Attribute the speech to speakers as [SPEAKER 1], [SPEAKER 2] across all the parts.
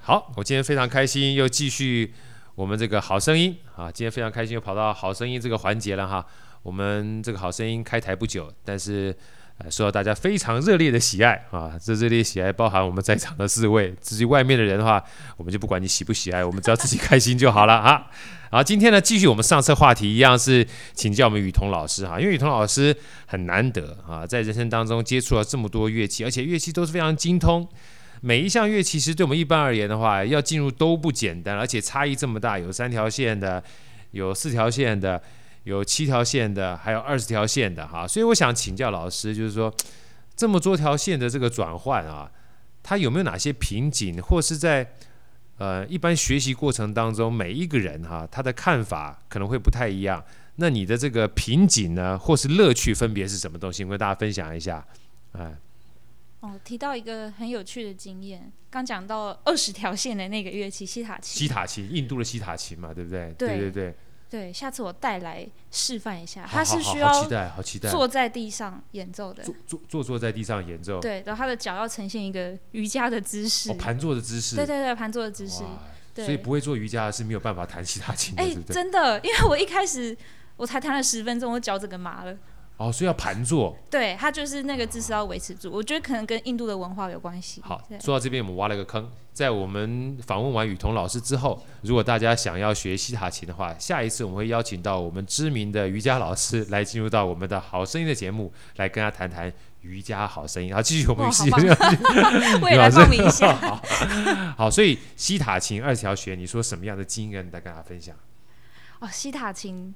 [SPEAKER 1] 好，我今天非常开心，又继续我们这个好声音啊，今天非常开心，又跑到好声音这个环节了哈。我们这个好声音开台不久，但是呃受到大家非常热烈的喜爱啊，这热烈喜爱包含我们在场的四位，至于外面的人的话，我们就不管你喜不喜爱，我们只要自己开心就好了啊。好，今天呢，继续我们上次话题一样是请教我们雨桐老师啊哈，因为雨桐老师很难得啊，在人生当中接触了这么多乐器，而且乐器都是非常精通。每一项乐器其实对我们一般而言的话，要进入都不简单，而且差异这么大，有三条线的，有四条线的，有七条线的，还有二十条线的哈。所以我想请教老师，就是说这么多条线的这个转换啊，它有没有哪些瓶颈，或是在呃一般学习过程当中，每一个人哈、他的看法可能会不太一样。那你的这个瓶颈呢，或是乐趣分别是什么东西？我跟大家分享一下。哎，
[SPEAKER 2] 哦，提到一个很有趣的经验，刚讲到二十条线的那个乐器西塔
[SPEAKER 1] 西
[SPEAKER 2] 琴，
[SPEAKER 1] 塔琴，印度的西塔琴嘛，对不对？
[SPEAKER 2] 对
[SPEAKER 1] 对对。
[SPEAKER 2] 对，下次我带来示范一下，
[SPEAKER 1] 好好
[SPEAKER 2] 它是
[SPEAKER 1] 好
[SPEAKER 2] 需
[SPEAKER 1] 好
[SPEAKER 2] 要
[SPEAKER 1] 期待，好期待，
[SPEAKER 2] 坐在地上演奏的，
[SPEAKER 1] 坐坐坐坐在地上演奏，
[SPEAKER 2] 对，然后他的脚要呈现一个瑜伽的姿势，
[SPEAKER 1] 哦，盘坐的姿势，
[SPEAKER 2] 对对对，盘坐的姿势，
[SPEAKER 1] 哇，
[SPEAKER 2] 对，
[SPEAKER 1] 所以不会做瑜伽是没有办法弹西塔琴的，
[SPEAKER 2] 哎、
[SPEAKER 1] 对不对？
[SPEAKER 2] 真的，因为我一开始我才弹了十分钟，我脚整个麻了。
[SPEAKER 1] 哦，所以要盘坐。
[SPEAKER 2] 对他就是那个姿势要维持住，我觉得可能跟印度的文化有关系。
[SPEAKER 1] 好
[SPEAKER 2] 对，
[SPEAKER 1] 说到这边我们挖了个坑，在我们访问完雨桐老师之后，如果大家想要学西塔琴的话，下一次我们会邀请到我们知名的瑜伽老师来进入到我们的好声音的节目，来跟他谈谈瑜伽好声音。好，继续我们
[SPEAKER 2] 哇
[SPEAKER 1] 继续
[SPEAKER 2] 好棒我也
[SPEAKER 1] 老
[SPEAKER 2] 来
[SPEAKER 1] 师
[SPEAKER 2] 报名一 下。
[SPEAKER 1] 好， 好，所以西塔琴二十条弦，你说什么样的经验来跟大家分享？
[SPEAKER 2] 哦，西塔琴，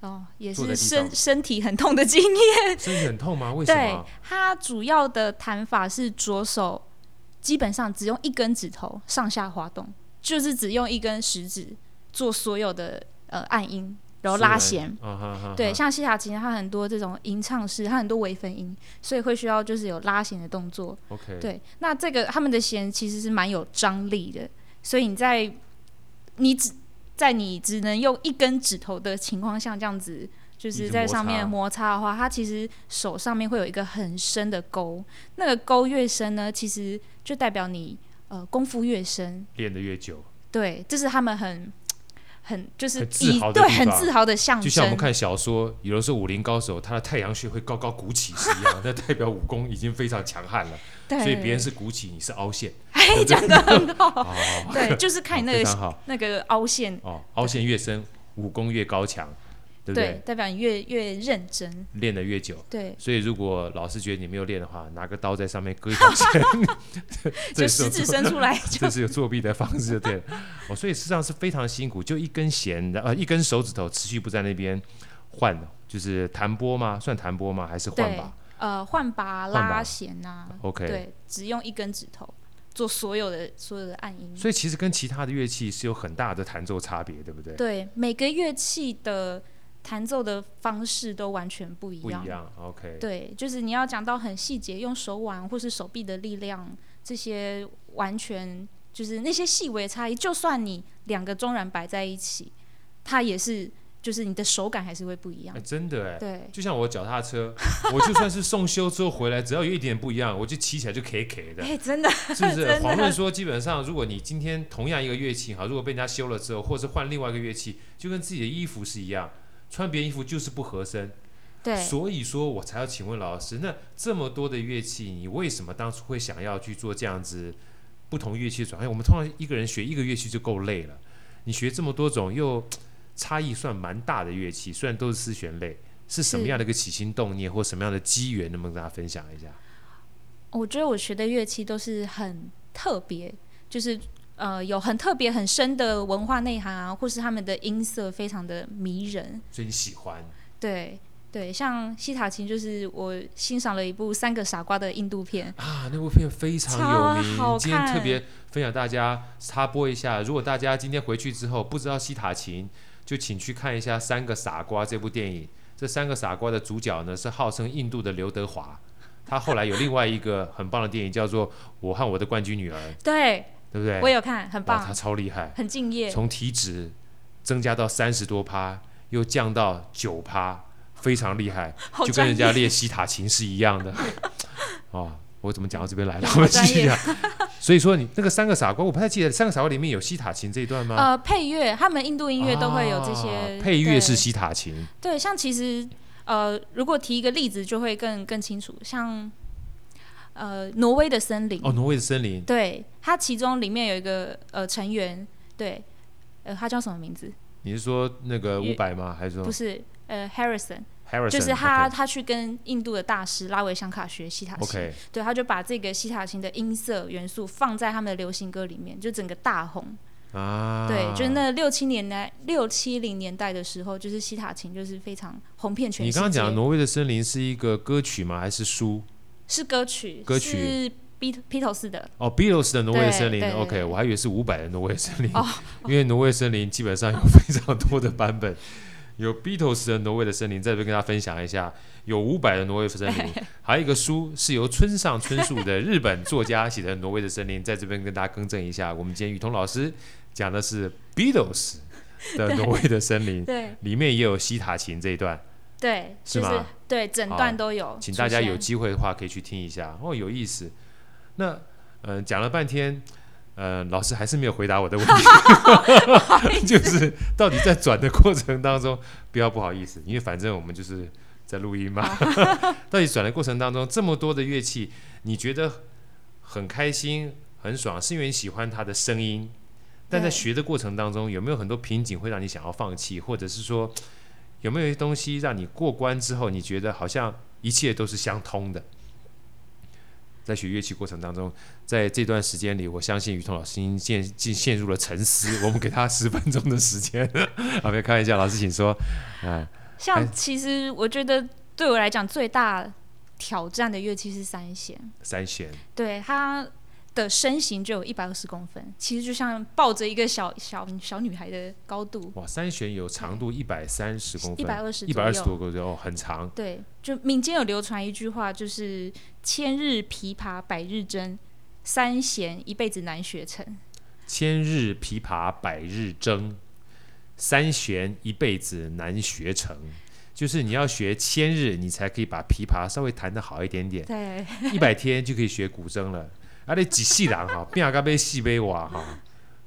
[SPEAKER 2] 哦，也
[SPEAKER 1] 坐在
[SPEAKER 2] 是
[SPEAKER 1] 地
[SPEAKER 2] 身
[SPEAKER 1] 上
[SPEAKER 2] 身体很痛的经验。
[SPEAKER 1] 身体很痛吗？为什
[SPEAKER 2] 对
[SPEAKER 1] 么？，
[SPEAKER 2] 它主要的弹法是左手基本上只用一根指头上下滑动，就是只用一根食指做所有的呃按音，然后
[SPEAKER 1] 所有
[SPEAKER 2] 拉
[SPEAKER 1] 的
[SPEAKER 2] 弦。
[SPEAKER 1] 啊哈哈哈
[SPEAKER 2] 对，像西塔琴，它很多这种吟唱式，它很多微分音，所以会需要就是有拉弦的动作。
[SPEAKER 1] ，OK，
[SPEAKER 2] 对，那这个他们的弦其实是蛮有张力的，所以你在你只在你只能用一根指头的情况下，这样子就
[SPEAKER 1] 一
[SPEAKER 2] 是
[SPEAKER 1] 直
[SPEAKER 2] 在
[SPEAKER 1] 摩
[SPEAKER 2] 上面
[SPEAKER 1] 擦
[SPEAKER 2] 摩擦的话，它其实手上面会有一个很深的沟，那个沟越深呢，其实就代表你呃功夫越深。
[SPEAKER 1] 练得越久，
[SPEAKER 2] 对，这是他们很很就是
[SPEAKER 1] 很自
[SPEAKER 2] 以
[SPEAKER 1] 豪的
[SPEAKER 2] 对
[SPEAKER 1] 地
[SPEAKER 2] 很
[SPEAKER 1] 方
[SPEAKER 2] 自豪的象
[SPEAKER 1] 就
[SPEAKER 2] 征，
[SPEAKER 1] 像我们看小说，有的时候武林高手他的太阳穴会高高鼓起是一 样，那代表武功已经非常强悍了。
[SPEAKER 2] 对，
[SPEAKER 1] 所以别人是鼓起，你是凹陷。
[SPEAKER 2] 哎讲的很好，
[SPEAKER 1] 哦，
[SPEAKER 2] 对，就是看你那
[SPEAKER 1] 非
[SPEAKER 2] 个
[SPEAKER 1] 常好
[SPEAKER 2] 那个凹陷，
[SPEAKER 1] 哦，凹陷越深，武功越高强，对不
[SPEAKER 2] 对
[SPEAKER 1] 对？，
[SPEAKER 2] 代表你越越认真，
[SPEAKER 1] 练得越久。
[SPEAKER 2] 对，
[SPEAKER 1] 所以，如果老师觉得你没有练的话，拿个刀在上面割一 条线， 这时
[SPEAKER 2] 就食
[SPEAKER 1] 候
[SPEAKER 2] 指伸出来就
[SPEAKER 1] 这是有作弊的方式，对了。哦，所以事实上是非常辛苦，就一根弦，呃，一根手指头持续不在那边换，就是弹拨吗？算弹拨吗？还是换
[SPEAKER 2] 对
[SPEAKER 1] 吧，
[SPEAKER 2] 呃，换把
[SPEAKER 1] 换把
[SPEAKER 2] 拉弦呐，
[SPEAKER 1] ？OK。
[SPEAKER 2] 对，只用一根指头做所有的所有的按音，
[SPEAKER 1] 所以其实跟其他的乐器是有很大的弹奏差别，对不对？
[SPEAKER 2] 对，每个乐器的弹奏的方式都完全不一
[SPEAKER 1] 不
[SPEAKER 2] 样
[SPEAKER 1] 一，样，OK。
[SPEAKER 2] 对，就是你要讲到很细节，用手腕或是手臂的力量，这些完全就是那些细微差异，就算你两个中然摆在一起，它也是就是你的手感还是会不一样
[SPEAKER 1] 哎，。真的哎，
[SPEAKER 2] 对，
[SPEAKER 1] 就像我脚踏车，我就算是送修之后回来，只要有一点不一样，我就骑起来就 K K 的
[SPEAKER 2] 哎、，真的，
[SPEAKER 1] 是不是？
[SPEAKER 2] 真的
[SPEAKER 1] 遑论说，基本上如果你今天同样一个乐器哈，如果被人家修了之后，或者是换另外一个乐器，就跟自己的衣服是一样，穿别人衣服就是不合身。
[SPEAKER 2] 对，
[SPEAKER 1] 所以说我才要请问老师，那这么多的乐器，你为什么当初会想要去做这样子不同乐器的转换？我们通常一个人学一个乐器就够累了，你学这么多种又差异算蛮大的乐器，虽然都是丝弦类，是什么
[SPEAKER 2] 是
[SPEAKER 1] 样的一个起心动念或什么样的机缘？能不能跟大家分享一下？
[SPEAKER 2] 我觉得我学的乐器都是很特别，就是呃有很特别很深的文化内涵啊，或是他们的音色非常的迷人。
[SPEAKER 1] 所以你喜欢
[SPEAKER 2] 对对，像西塔琴就是我欣赏了一部《三个傻瓜》的印度片，
[SPEAKER 1] 啊，那部片非常有
[SPEAKER 2] 超好
[SPEAKER 1] 名，今天特
[SPEAKER 2] 看
[SPEAKER 1] 别分享大家插播一下。如果大家今天回去之后不知道西塔琴，就请去看一下《三个傻瓜》这部电影。这三个傻瓜的主角呢是号称印度的刘德华，他后来有另外一个很棒的电影叫做《我和我的冠军女儿》，
[SPEAKER 2] 对
[SPEAKER 1] 对不对？
[SPEAKER 2] 我有看，很
[SPEAKER 1] 哇，
[SPEAKER 2] 棒
[SPEAKER 1] 他，超厉害，
[SPEAKER 2] 很敬业。
[SPEAKER 1] 从体脂增加到三十多趴，又降到九趴，非常厉害。
[SPEAKER 2] 好
[SPEAKER 1] 就跟
[SPEAKER 2] 专
[SPEAKER 1] 人
[SPEAKER 2] 业
[SPEAKER 1] 家练西塔琴是一样的。哦，我怎么讲到这边来了？我们继续讲。 所以说你那个三个傻瓜，我不太记得三个傻瓜里面有西塔琴这一段吗？
[SPEAKER 2] 呃，配乐，他们印度音乐都会有这些、
[SPEAKER 1] 啊配乐是
[SPEAKER 2] 对
[SPEAKER 1] 西塔琴，
[SPEAKER 2] 对，像其实呃，如果提一个例子，就会更更清楚。像呃，挪威的森林，
[SPEAKER 1] 哦，挪威的森林，
[SPEAKER 2] 对，它其中里面有一个呃成员，对，呃，他叫什么名字？
[SPEAKER 1] 你是说那个
[SPEAKER 2] 也
[SPEAKER 1] 伍佰吗？还是说
[SPEAKER 2] 不是，呃，Harrison，
[SPEAKER 1] Harrison？
[SPEAKER 2] 就是他他去跟印度的大师拉维香卡学西塔琴
[SPEAKER 1] OK，
[SPEAKER 2] 对，他就把这个西塔琴的音色元素放在他们的流行歌里面，就整个大红。
[SPEAKER 1] OK，啊，
[SPEAKER 2] 对，就是那六七年代、六七零年代的时候，就是西塔琴就是非常红遍全世
[SPEAKER 1] 你
[SPEAKER 2] 界。
[SPEAKER 1] 刚刚讲挪威的森林是一个歌曲吗？还是书？
[SPEAKER 2] 是歌曲，
[SPEAKER 1] 歌曲
[SPEAKER 2] 是披披头士的，
[SPEAKER 1] 哦，Beatles 的挪威的森林
[SPEAKER 2] 对对对
[SPEAKER 1] ，OK，
[SPEAKER 2] 对
[SPEAKER 1] 我还以为是伍佰的挪威森林
[SPEAKER 2] 哦，
[SPEAKER 1] 因为挪威森林基本上有非常多的版本，有 Beatles 的挪威的森林，在这边跟大家分享一下，有伍佰的挪威森林， 还有一个书是由村上春树的日本作家写的《挪威的森林》，在这边跟大家更正一下，我们今天雨桐老师讲的是 Beatles 的挪威的森林，
[SPEAKER 2] 对
[SPEAKER 1] 里面也有西塔琴这一段，
[SPEAKER 2] 对，
[SPEAKER 1] 嗯是
[SPEAKER 2] 就是
[SPEAKER 1] 吗
[SPEAKER 2] 对整
[SPEAKER 1] 好
[SPEAKER 2] 段都有出现，
[SPEAKER 1] 请大家有机会的话可以去听一下，哦，有意思。那嗯、呃讲了半天，呃，老师还是没有回答我的问 题， 就是到底在转的过程当中，不要不好意思，因为反正我们就是在录音嘛。 到底转的过程当中，这么多的乐器，你觉得很开心、很爽，是因为你喜欢它的声音。但在
[SPEAKER 2] 对
[SPEAKER 1] 学的过程当中，有没有很多瓶颈会让你想要放弃，或者是说，有没有一些东西让你过关之后，你觉得好像一切都是相通的？在学乐器过程当中，在这段时间里，我相信于彤老师已经陷进陷入了沉思。我们给他十分钟的时间， 啊，没有开玩笑，老师请说。啊，哎
[SPEAKER 2] 像其实我觉得对我来讲最大挑战的乐器是三弦，
[SPEAKER 1] 三弦，
[SPEAKER 2] 对它的身形就有一百二十公分，其实就像抱着一个小小小女孩的高度，
[SPEAKER 1] 哇，三弦有长度一百三十公分，
[SPEAKER 2] 嗯一百二十
[SPEAKER 1] 一百二十多公分哦，很长。
[SPEAKER 2] 对，就民间有流传一句话，就是“千日琵琶百日针，三弦一辈子难学成
[SPEAKER 1] 千日琵琶百日争，三弦一辈子难学成。就是你要学千日，你才可以把琵琶稍微弹得好一点”。 点。
[SPEAKER 2] 对，
[SPEAKER 1] 一百天就可以学古筝了。啊，你几细郎 哈，变个被细杯娃哈。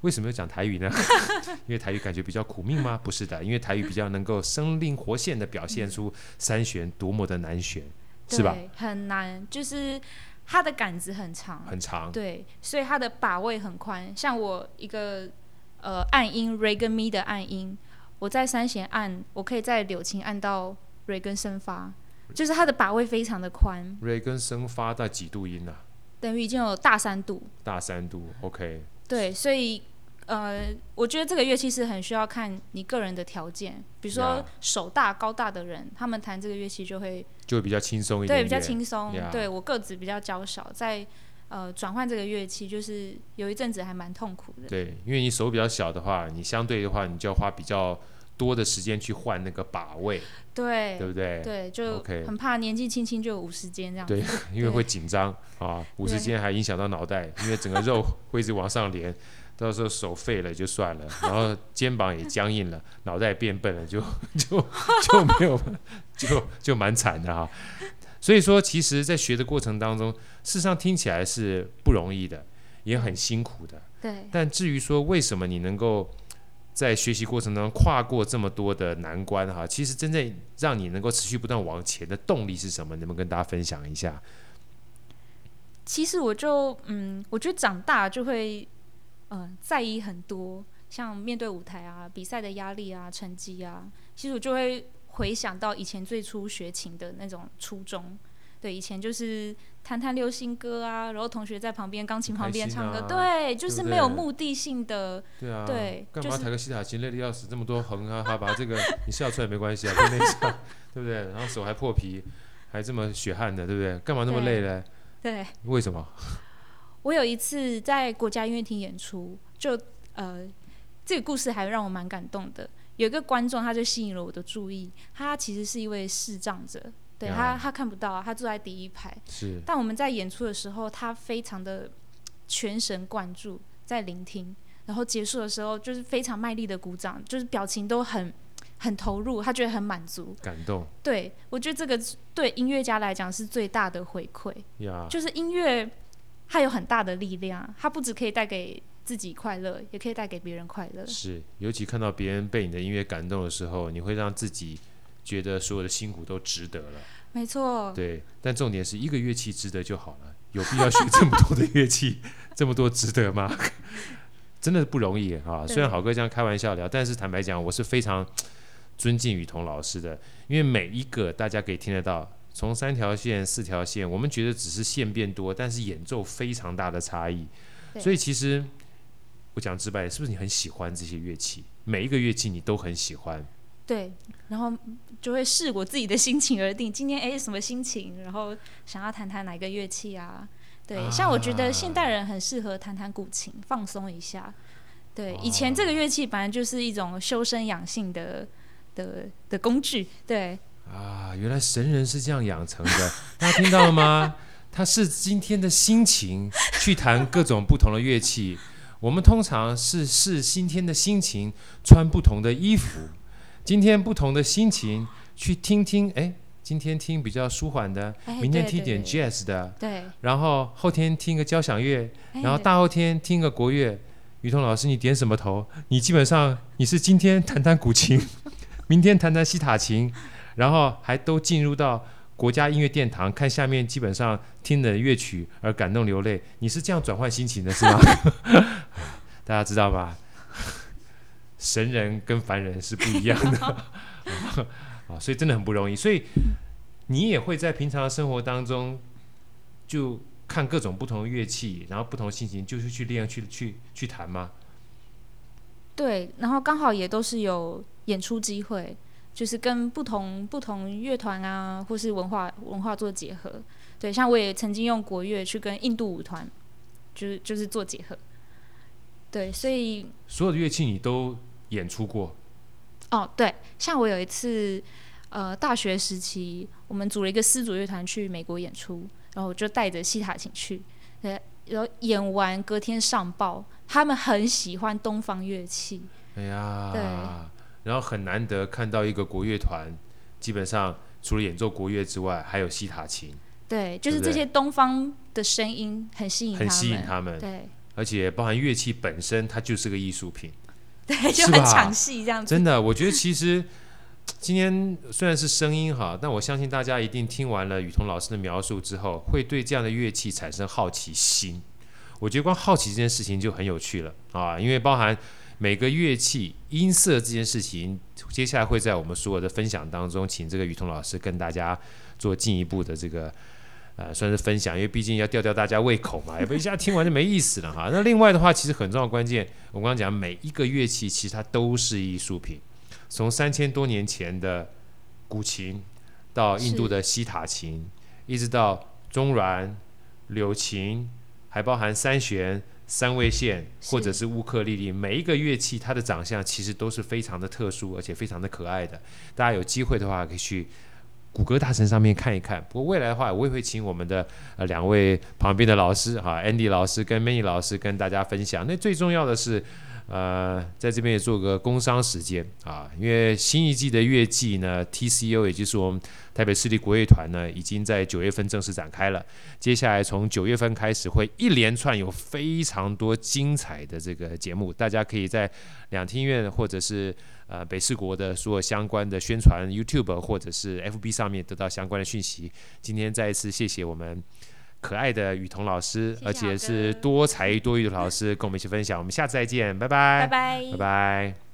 [SPEAKER 1] 为什么要讲台语呢？ 因为台语感觉比较苦命吗？不是的，因为台语比较能够生灵活现的表现出三弦多么的难学，是吧？
[SPEAKER 2] 对？很难，就是它的杆子很长，
[SPEAKER 1] 很长，
[SPEAKER 2] 对，所以它的把位很宽。像我一个呃按音 re 跟咪的按音，我在三弦按，我可以在柳琴按到 re 跟升发，就是它的把位非常的宽，
[SPEAKER 1] 瑞跟升发到几度音啊？
[SPEAKER 2] 等于已经有大三度。
[SPEAKER 1] 大三度，OK，
[SPEAKER 2] 对，所以呃，我觉得这个乐器是很需要看你个人的条件，比如说
[SPEAKER 1] Yeah
[SPEAKER 2] 手大高大的人，他们弹这个乐器就会
[SPEAKER 1] 就会比较轻松一点
[SPEAKER 2] 对
[SPEAKER 1] 点，
[SPEAKER 2] 比较轻松。
[SPEAKER 1] Yeah
[SPEAKER 2] 对我个子比较娇小，在呃转换这个乐器，就是有一阵子还蛮痛苦的。
[SPEAKER 1] 对，因为你手比较小的话，你相对的话，你就要花比较多的时间去换那个把位，
[SPEAKER 2] 对
[SPEAKER 1] 对不对？
[SPEAKER 2] 对，就
[SPEAKER 1] OK
[SPEAKER 2] 很怕年纪轻轻就有五十肩这样。
[SPEAKER 1] 对，因为会紧张啊，五十
[SPEAKER 2] 啊对
[SPEAKER 1] 肩还影响到脑袋，因为整个肉会一直往上连，到时候手废了就算了，然后肩膀也僵硬了，脑袋变笨了，就就就没有，就就蛮惨的哈、所以说，其实，在学的过程当中，事实上听起来是不容易的，也很辛苦的。
[SPEAKER 2] 对
[SPEAKER 1] 但至于说为什么你能够在学习过程当中跨过这么多的难关哈，其实真正让你能够持续不断往前的动力是什么？能不能跟大家分享一下？
[SPEAKER 2] 其实我就嗯，我觉得长大就会呃在意很多，像面对舞台啊、比赛的压力啊、成绩啊，其实我就会回想到以前最初学琴的那种初衷。对，以前就是弹弹流行歌啊，然后同学在旁边钢琴
[SPEAKER 1] 很开
[SPEAKER 2] 旁边
[SPEAKER 1] 心
[SPEAKER 2] 唱歌，
[SPEAKER 1] 啊
[SPEAKER 2] 对，就
[SPEAKER 1] 对
[SPEAKER 2] 是
[SPEAKER 1] 不
[SPEAKER 2] 没有
[SPEAKER 1] 对
[SPEAKER 2] 目的性的，
[SPEAKER 1] 对啊，
[SPEAKER 2] 对
[SPEAKER 1] 干
[SPEAKER 2] 就
[SPEAKER 1] 嘛
[SPEAKER 2] 是
[SPEAKER 1] 弹个西塔琴累得要死，这么多横啊哈哈，把这 个你笑出来没关系啊，跟那唱，对不对？然后手还破皮，还这么血汗的，对不对？干嘛那么累嘞？
[SPEAKER 2] 对，
[SPEAKER 1] 为什么？
[SPEAKER 2] 我有一次在国家音乐厅演出，就呃，这个故事还让我蛮感动的。有一个观众，他就吸引了我的注意。他其实是一位视障者，对他
[SPEAKER 1] 呀
[SPEAKER 2] 他看不到啊，他坐在第一排。
[SPEAKER 1] 是
[SPEAKER 2] 但我们在演出的时候，他非常的全神贯注在聆听，然后结束的时候就是非常卖力的鼓掌，就是表情都很很投入，他觉得很满足。
[SPEAKER 1] 感动
[SPEAKER 2] 对我觉得这个对音乐家来讲是最大的回馈，
[SPEAKER 1] 呀，
[SPEAKER 2] 就是音乐它有很大的力量，它不只可以带给自己快乐，也可以带给别人快乐。
[SPEAKER 1] 是，尤其看到别人被你的音乐感动的时候，你会让自己觉得所有的辛苦都值得了。
[SPEAKER 2] 没错，
[SPEAKER 1] 对，但重点是一个乐器值得就好了，有必要学这么多的乐 器，这么多值得吗？真的不容易啊！虽然
[SPEAKER 2] 对
[SPEAKER 1] 好哥这样开玩笑聊，但是坦白讲，我是非常尊敬雨桐老师的，因为每一个大家可以听得到，从三条线、四条线，我们觉得只是线变多，但是演奏非常大的差异。
[SPEAKER 2] 对
[SPEAKER 1] 所以其实我讲直白点，是不是你很喜欢这些乐器？每一个乐器你都很喜欢，
[SPEAKER 2] 对，然后就会视我自己的心情 而定，今天诶什么心情，然后想要弹弹哪个乐器啊？对，像我觉得现代人很适合弹弹古琴，放松一下。对，
[SPEAKER 1] 哦
[SPEAKER 2] 以前这个乐器本来就是一种修身养性的的的工具，对，
[SPEAKER 1] 啊，原来神人是这样养成的， 大家听到了吗？他是今天的心情去弹各种不同的乐器。我们通常是是今天的心情穿不同的衣服，今天不同的心情去听听，哎，今天听比较舒缓的，
[SPEAKER 2] 哎
[SPEAKER 1] 明天
[SPEAKER 2] 对
[SPEAKER 1] 听点
[SPEAKER 2] 对
[SPEAKER 1] jazz 的，
[SPEAKER 2] 对，
[SPEAKER 1] 然后后天听个交响乐，
[SPEAKER 2] 哎
[SPEAKER 1] 然后大后天听个国乐，雨桐老师，你点什么头？你基本上你是今天弹弹古琴， 明天弹弹西塔琴，然后还都进入到国家音乐殿堂看下面基本上听的乐曲而感动流泪。你是这样转换心情的是吗？ 大家知道吧？神人跟凡人是不一样的 啊，所以真的很不容易。所以你也会在平常的生活当中就看各种不同的乐器，然后不同心情，就是去练、去去去弹吗？
[SPEAKER 2] 对，然后刚好也都是有演出机会，就是跟不同不同乐团啊，或是文化文化做结合。对，像我也曾经用国乐去跟印度舞团，就是就是做结合。对，所以
[SPEAKER 1] 所有的乐器你都演出过，
[SPEAKER 2] 哦，对，像我有一次，呃，大学时期，我们组了一个丝竹乐团去美国演出，然后我就带着西塔琴去，对，然后演完隔天上报，他们很喜欢东方乐器，
[SPEAKER 1] 哎呀，然后很难得看到一个国乐团，基本上除了演奏国乐之外，还有西塔琴，
[SPEAKER 2] 对，就
[SPEAKER 1] 对
[SPEAKER 2] 是
[SPEAKER 1] 不
[SPEAKER 2] 这
[SPEAKER 1] 对
[SPEAKER 2] 些东方的声音很吸引他
[SPEAKER 1] 很
[SPEAKER 2] 们，
[SPEAKER 1] 吸引他们，
[SPEAKER 2] 对
[SPEAKER 1] 而且包含乐器本身，它就是个艺术品。
[SPEAKER 2] 对， 就是很
[SPEAKER 1] 吧
[SPEAKER 2] 抢戏这样子。
[SPEAKER 1] 真的，我觉得其实今天虽然是声音哈，但我相信大家一定听完了雨桐老师的描述之后，会对这样的乐器产生好奇心。我觉得光好奇这件事情就很有趣了啊，因为包含每个乐器音色这件事情，接下来会在我们所有的分享当中，请这个雨桐老师跟大家做进一步的这个。呃，算是分享，因为毕竟要吊吊大家胃口嘛，也不一下听完就没意思了哈。那另外的话，其实很重要的关键，我刚刚讲每一个乐器其实它都是艺术品，从三千多年前的古琴到印度的西塔琴，一直到中阮、柳琴，还包含三弦、三味线
[SPEAKER 2] 是
[SPEAKER 1] 或者是乌克丽丽，每一个乐器它的长相其实都是非常的特殊，而且非常的可爱的。大家有机会的话可以去。谷歌大神上面看一看，不过未来的话，我也会请我们的呃两位旁边的老师哈、a n d y 老师跟 Manny 老师跟大家分享。那最重要的是，呃，在这边也做个工商时间啊，因为新一季的乐季呢，TCO 也就是我们台北市立国乐团呢，已经在九月份正式展开了。接下来从九月份开始，会一连串有非常多精彩的这个节目，大家可以在两厅院或者是呃北市国的所有相关的宣传 YouTube 或者是 FB 上面得到相关的讯息。今天再一次谢谢我们。可爱的雨桐老师，
[SPEAKER 2] 谢谢
[SPEAKER 1] 而且是
[SPEAKER 2] 好哥
[SPEAKER 1] 多才多艺的老师，跟我们一起分享。我们下次再见，拜拜，
[SPEAKER 2] 拜拜。
[SPEAKER 1] 拜拜。